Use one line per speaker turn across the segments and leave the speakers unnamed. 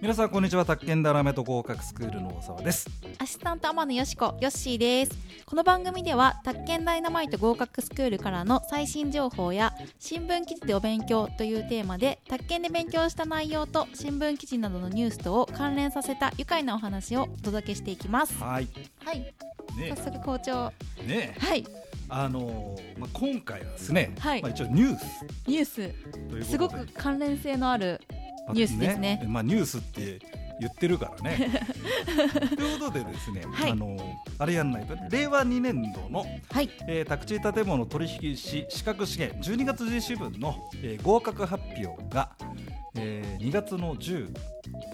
皆さんこんにちは宅建ダラメと合格スクールの大沢です
アシスタント天野よしこよっしーですこの番組では宅建ダイナマイト合格スクールからの最新情報や新聞記事でお勉強というテーマで宅建で勉強した内容と新聞記事などのニュースとを関連させた愉快なお話をお届けしていきます
はい
はい
ね
早速校長
ね
はい
あのーまあ、今回はですね、
はい
まあ、一応ニュース
ニュース
ということです
ごく関連性のあるニュースですね
まあ、ニュースって言ってるから ねということでですね、
はい
あのーあれやんないとね令和2年度の、
はい
えー、宅地建物取引士資格資源12月実施分の、えー、合格発表が、えー、2月の17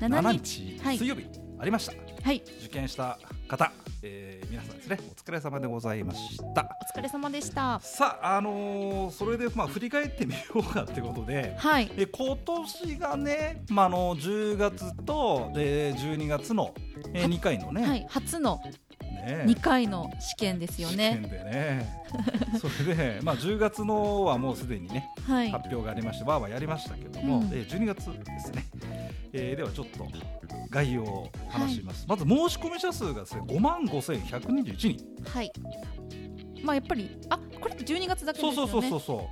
7日
日
はい
水曜日ありました、
はい
受験した方、えー、皆さんですねお疲れ様でございました
お疲れ様でした
さああのーそれでまあ振り返ってみようかってことで
はい
え今年がね、まあ、あの10月と、えー、12月の、えー、
は
2回のね,、
はい初の
ね
2回の試験ですよね
試験でねそれで、まあ、10月のはもうすでにね
はい
発表がありましてわーわーやりましたけども、
うん
えー12月ですね、えーではちょっと概要を話します、まず申し込み者数がですね5万5121人
はい。まあやっぱりあこれって12月だけです
そ
よ
う
ね。
そうそうそうそ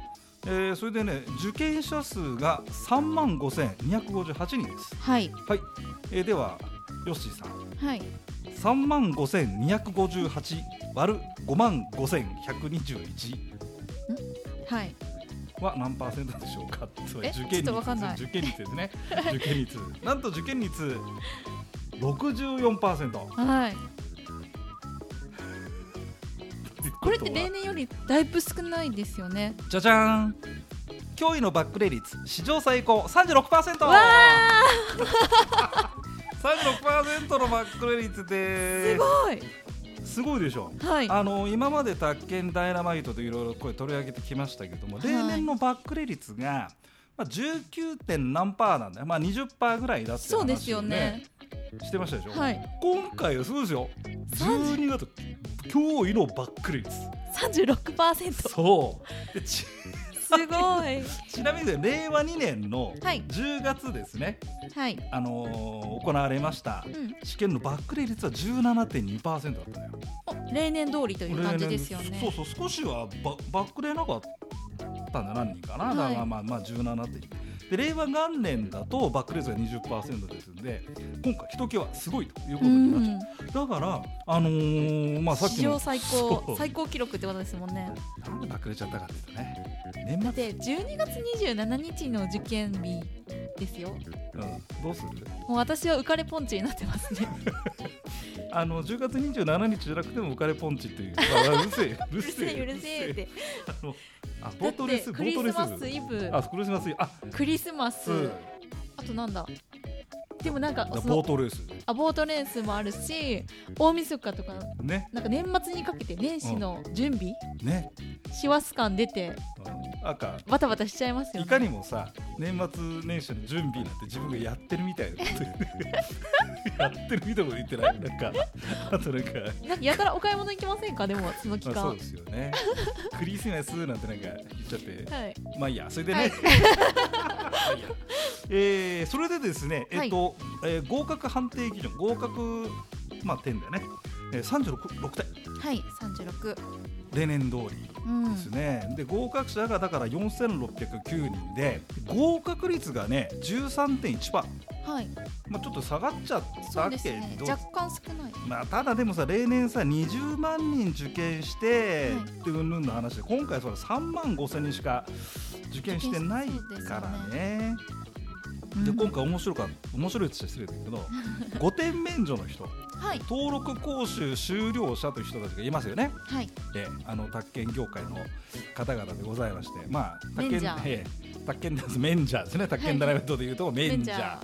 う、えーそれでね受験者数が3万5258人です
はい
はい、えーではヨッシーさん
はい
3万5258割る5万5121
はい
は何パーセントでしょうかつまり
え
受験
ちょっ
率
とわかんない
受験率ですね受験率なんと受験率64%
はい。これって
ね
例年よりだいぶ少ないですよね。
じゃじゃん驚異のバックレ率史上最高36%
わ
36%のバックレ率です
ごい
すごいでしょ
はい
あの今まで宅建ダイナマイトでいろいろ声取り上げてきましたけども
はい
例年のバックレ率が、まあ、19. 点何パーなんだよ、まあ、20%ぐらいだって話
そ
を、
うですよね。
してましたでしょ、
はい
今回はすごいですよ12月驚異のバックレ率
36%す
そうでち
ご いはい
ちなみにね令和2年の
はい
10月ですね、
はい
あのー行われました
うん
試験のバックレ率は17.2%だったのよ。
お例年通りという感じですよね。
そうそう少しはババックレなかったんだ何人かな、
はい
だからまあまあ17点で令和元年だとバックレ率が20%ですんで今回ひときわすごいということ
う
に
ん
なっちゃう、だからあのーまあさっきの
史上最
そ
高
う
最高記録ってことですもんね。
なんでバックレちゃったかっていうとね年末、
で12月27日の受験日ですよ。
うん、どうする
もう私は浮かれポンチになってますね。
あの10月27日じゃなくても浮かれポンチって いうあうるせえう
う
る
る
せ
せえ
え
うるせえって。
あのあボー
だっ
トレ
て
スボ
クリ
ートレ
ス
ス
マスイブ
あクリスマスイブあ
クリスマス
うん
あとなんだでもなんかそ
ボー
の
トレース
アボートレースもあるし大晦日とか
ね
なんか年末にかけて年始の準備、
ね
師走感出て
なんか
バタバタしちゃいますよ
いか
ね
にもさ年末年始の準備なんて自分がやってるみたいなこと言って やってるみたいなこと言ってないなんかあとなんか
なんかやたらお買い物行きませんかでもその期
まあ
間
そ
は
うですよねクリスマスなんてなんか言っちゃって
い
まあいいやそれでね、
はい
まあいいやえーそれでですねえっと、えー合格判定基準合格まあ点だよね、えー、36点
はい36
例年通り
うん
ですね、で合格者がだから4609人で合格率がね13.1%、
はい
まあ、ちょっと下がっちゃっ
そ
た
うです
け
ね
ど、
若干少ない
まあ、ただでもさ例年さ20万人受験して、
はい
ってうんぬんの話で今回それ3万5千人しか受験してないからね
うん
で今回面白か面白いって言っちゃ失礼だけど 5点免除の人
はい
登録講習修了者という人たちがいますよね。
はい
えーあの宅建業界の方々でございまして、まあ、宅
メン
建
ジャー
えー宅建ですメンジャーですね宅建ダラメットでいうと、メンジャー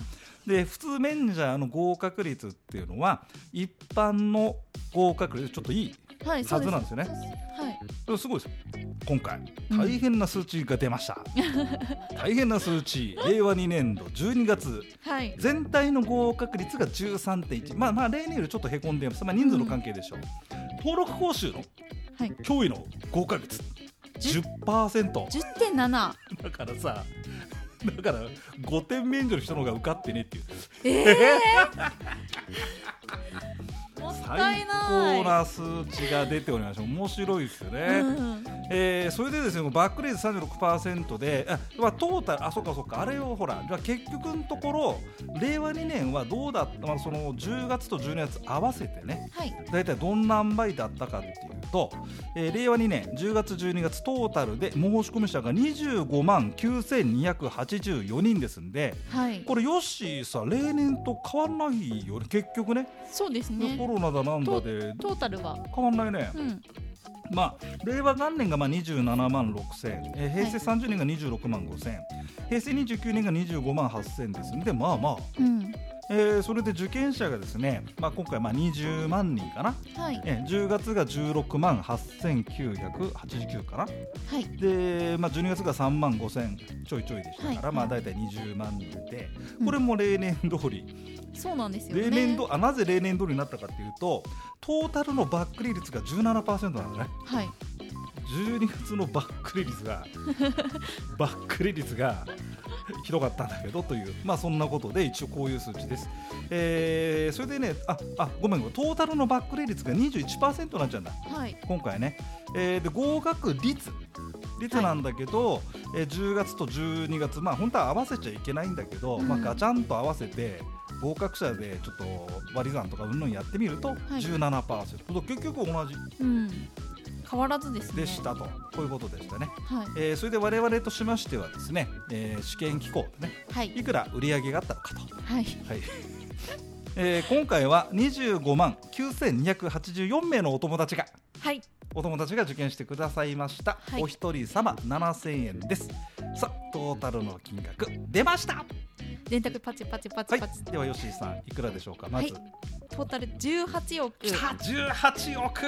で普通メンジャーの合格率っていうのは一般の合格率ちょっといい
ーはい
はずなんですよ
ね
ね
はい
でもすごいですよ今回
うん
大変な数値が出ま した、大変な数値令和2年度12月
はい
全体の合格率が13.1まあまあ例年よりちょっとへこんでます、まあ、人数の関係でしょう、登録講習の
はい
驚異の合格率10%
10.7
だからさだから5点免除の人の方が受かってねっていう
えー、もっ
最
たいない
高な数値が出ておりまして面白いですよね、
うん、
えーそれでですねバックレーズ36%であ、まあ、トータルあそうかそうかあれをほらじゃあ結局のところ令和2年はどうだった、まあ、その10月と12月合わせてね
はい
大体どんな塩梅だったかっていうと、えー令和2年10月12月トータルで申し込み者が25万9284人ですんで
はい
これヨッシーさ例年と変わらないよね結局ね
そうですね
コロナだなんだで
トータルは
変わらないね。
うん
まあ、令和元年がまあ27万6000、えー平成30年が26万5000、平成29年が25万8000ですので、まあまあ、
うん
えーそれで受験者がですね、まあ、今回まあ20万人かな、
はい
えー10月が16万8989かな、
はい
でまあ、12月が3万5000ちょいちょいでしたから、
はい
まあ、大体20万人で、
うん
これも例年通り、
そうなんですよね
例年どあなぜ例年通りになったかというと、トータルのバックリ率が17%なんじゃない
はい
12月のバックレ率 がバックレ率がひどかったんだけどという、まあ、そんなことで一応こういう数値です、えーそれでねああごめんごめんトータルのバックレ率が21%になっちゃうんだ
はい
今回ね、えーで合格率率なんだけど、えー10月と12月まあ本当は合わせちゃいけないんだけど、
うん
まあ、ガチャンと合わせて合格者でちょっと割り算とかうんぬんやってみると
い
17%、結局同じ
うん変わらずですね
でしたと、こういうことでしたね
はい
えーそれで我々としましてはですね、えー試験機構でね
はい
いくら売り上げがあったのかと、
は
は
い
い えー今回は25万9284名のお友達が
はい
お友達が受験してくださいました、
はい
お一人様7000円ですさあトータルの金額出ました
電卓パチパチパ
は
チパチ、
いでは吉井さんいくらでしょうかまず、
はいトータル18億
きた18億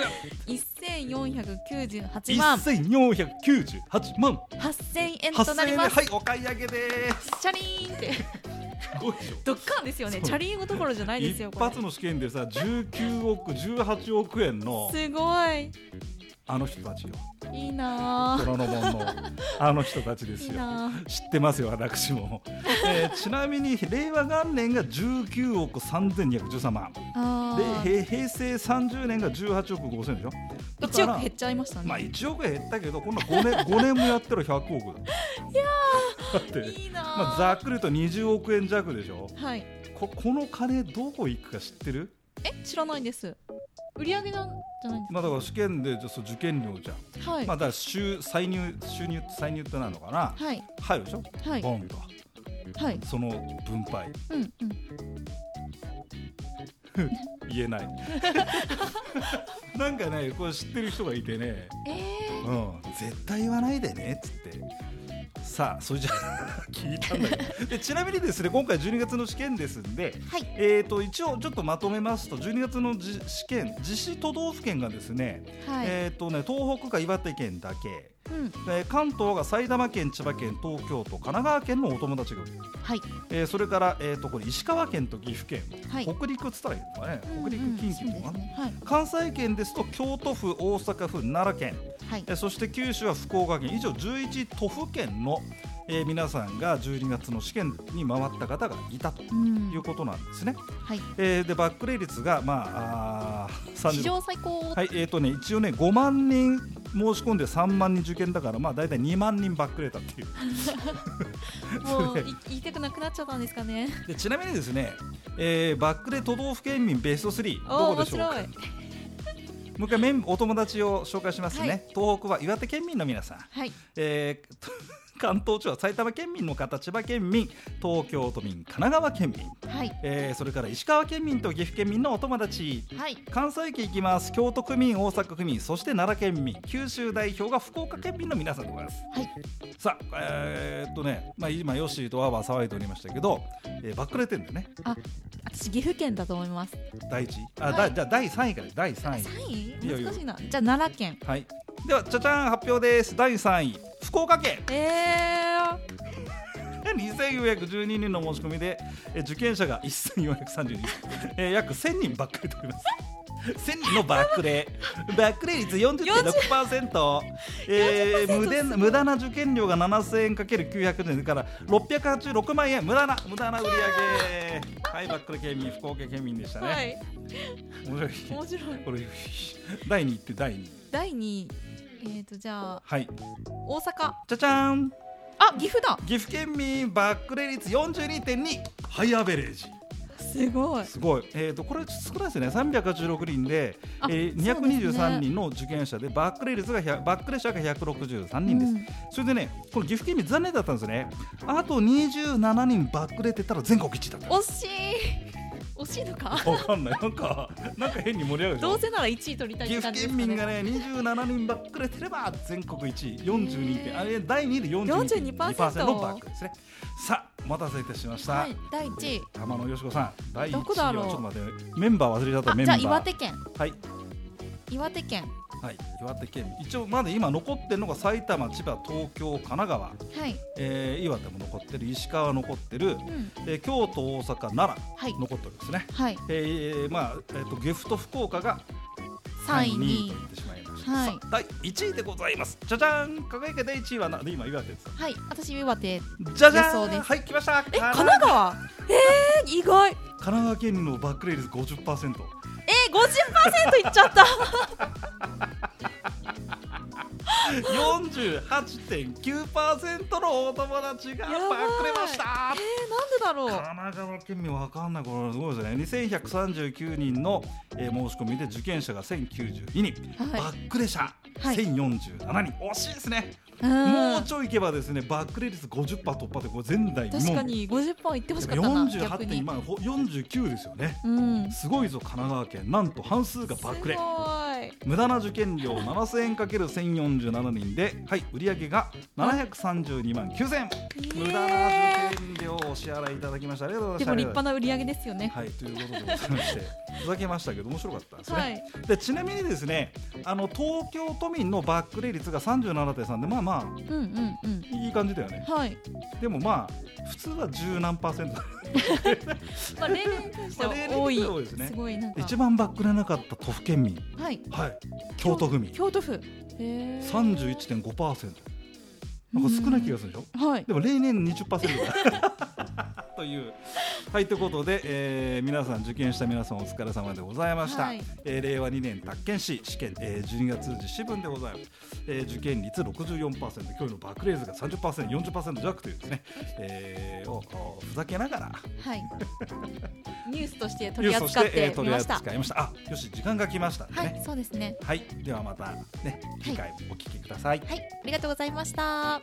1498万
1498万
8000円とな
8000
り
円で
ます、
はいお買い上げ です
チャリーンって
すごいでしょ
ドッカンですよね
そう
チャリンゴどころじゃないですよ
一
これ
発の試験でさ19億18億円の
すごい
あの人たちよ
いいな
虎ノ門 のあの人たちで
ぁ
す
いい
よ
な
知ってますよ私も、えーちなみに令和元年が19億3213万
ぁあ
で
ー
へ平成30年が18億5000でしょだか
1
ら
億減っちゃいましたね、
まあ1億円減ったけどこんな5年 五年もやったら100億だ だって
いいなぁ、
まあ、ざっくり言うと20億円弱でしょ
はい
ここの金どこ行くか知ってる、
え知らないです売り上げなんじゃないんで
まあ、だから試験でそう受験料じゃん
すかはい、
まあ、だから収歳入収入歳入ってなのかな
はい
入るでしょ、
はい
ボンと
はい
その分配
うんうん
言えない なんかねこれ知ってる人がいてね、
えー
うん、絶対言わないでねっつってさあそれじゃあ 聞いたんだけどでちなみにですね今回12月の試験ですんで
はい
えー、と一応ちょっとまとめますと12月のじ試験実施都道府県がですね,、
はい、
えー、とね東北か岩手県だけ
うん
えー関東が埼玉県、千葉県、東京都、神奈川県のお友達が、
はい
えーそれから、えー、とこれ石川県と岐阜県、
はい
北陸っつったらいいのかね、
うんう
北
ん
陸、近畿
そう
とか
です
な、
ねはい
関西圏ですと京都府、大阪府、奈良県、
はい
えーそして九州は福岡県、以上11都府県の、えー皆さんが12月の試験に回った方がいたとい
うん
うことなんですね。
はい
えーでバックレ率が、まあ、あー36%
史上最高
はい、えーとね、一応ね、5万人申し込んで3万人受験だから、まあ、大体2万人バックレた っていう。
も
そ
う
れ
い言いたくなくなっちゃったんですかね。
でちなみにですね、えーバックレ都道府県民ベスト3、
お
ど
お
こ
面
でしょうか。
白い。
もう一回メン、お友達を紹介しますね。
はい
東北は岩手県民の皆さん、
はい
えー 関東地方は埼玉県民の方、千葉県民、東京都民、神奈川県民、
はい
えーそれから石川県民と岐阜県民のお友達。
はい
関西圏行きます京都区民大阪区民そして奈良県民九州代表が福岡県民の皆さんでございます
はい
さあえーっとね、まあ、今ヨッシーとワーワー騒いでおりましたけど、えー、バックレてんだよね
あ私岐阜県だと思います。
第一あ、
は
だ
い
じゃあ第3位から第3位
三位
いやいや
難しいな。じゃあ奈良県。
はいではじゃじゃん発表です第3位福岡県
えー
2412人の申し込みで、えー受験者が1432、えー約1000人ばっかりとおります千里のバックレバックレ率40.6%、えー、無駄な無駄な受験料が7000円かける900円だから686万円無駄な無駄な売り上げはいバックレ県民福岡県民でしたね、
はい
面白い
面白い
これ第2って第2
第二位えっ、とじゃあ
はい
大阪
じゃじゃーん
あ岐阜だ
岐阜県民バックレ率42.2ハイアベレージ
すごい
すごい、えー、とこれ少ないですね386人で、え
あ
ー、
そうですね
223人の受験者でバックレ率が100バックレ者が163人です、
うん
それでねこれ岐阜県民残念だったんですねあと27人バックレってたら全国一位だった
惜しい惜しい のか
わかんないなんかなんか変に盛り上がるでし
ど
ょ
うせなら一位取りたいっ
岐
て
阜
感じです
県
かね
民がね27人バックレてれば全国一位42点あれ第2位で42.2%
42%
のバックレですねさあお待たせいたしました、
はい第一位
玉野よしこさん第1
どこ
位
だ
はち
ろう
ょっと待ってメンバー忘れちゃった
あ
メン
じ
バ
ゃあ
ー
岩手県
はい
岩手県
はい、岩手県民一応まだ今残ってるのが埼玉千葉東京神奈川、
はい
えー岩手も残ってる石川残ってる、
うん
えー京都大阪奈
はい
良残ってるんですね、
はい
えーまあえー、と岐阜と福岡が3
三位
位
に
2位と言ってしまいました、
はい
さあ第1位でございますじゃじゃーん輝け第1位はなで今岩手です
はい私岩手
じゃじゃ
予想
ー
で
ん
す
はい来ました
え
神
神
奈
奈川えー、意外
神奈川県のバックレールズ50%
えー、50%いっち ゃった
48.9%のお友達がバ
やばい
ックれました
えー、なんでだろう
神奈川県民わかんないこれすごいですね2139人の、えー申し込みで受験者が1092人、バ
は
ックレ者
はい
1047人、惜しいですね、
い、うん
もうちょいいけばですねバックレ率50%突破でこれ前代未聞
確かに50%いってほしかったな逆に、
48.1ほ49ですよね
うん
すごいぞ神奈川県なんと半数がバックレ
すごい
無駄な受験料7000円かける1047人で、はい、売上が732万9000円無駄な受験料をお支払いいただきましたありがとうございまし
でも立
た
派な売り上げですよね。
はい、ということでございま して、ふざけましたけど、面白かったですね。
はい。
で、ちなみにですね、あの東京都民のバックレ率が37.3で、まあまあ、
うんうんうん。
いい感じだよね。
はい。
でもまあ、普通は十何パーセント。
まあ例年に関しては
まあ例年
多い。
に関しては多いですね
ごいなん か。
一番バックれなかった都府県民、
はい。
はい、京都府民、
京都府。へえ。
31.5%。なんか少ない気がするでしょ
はい。
でも例年20%だ。 というはいということで、えー皆さん受験した皆さんお疲れ様でございました、
はい
えー令和2年宅建市試験、えー12月時支分でございます、えー受験率64%今日のバックレーズが 30%40% 弱というですね、えーをこうふざけながら
はい。ニュースとして取り扱っ
ニュースとしてえ
て
ー
み
取り
ました。
扱いましたあよし時間が来ましたね
はい、そうですね。
はい、ではまたね次回お聞きください
はい、ありがとうございました。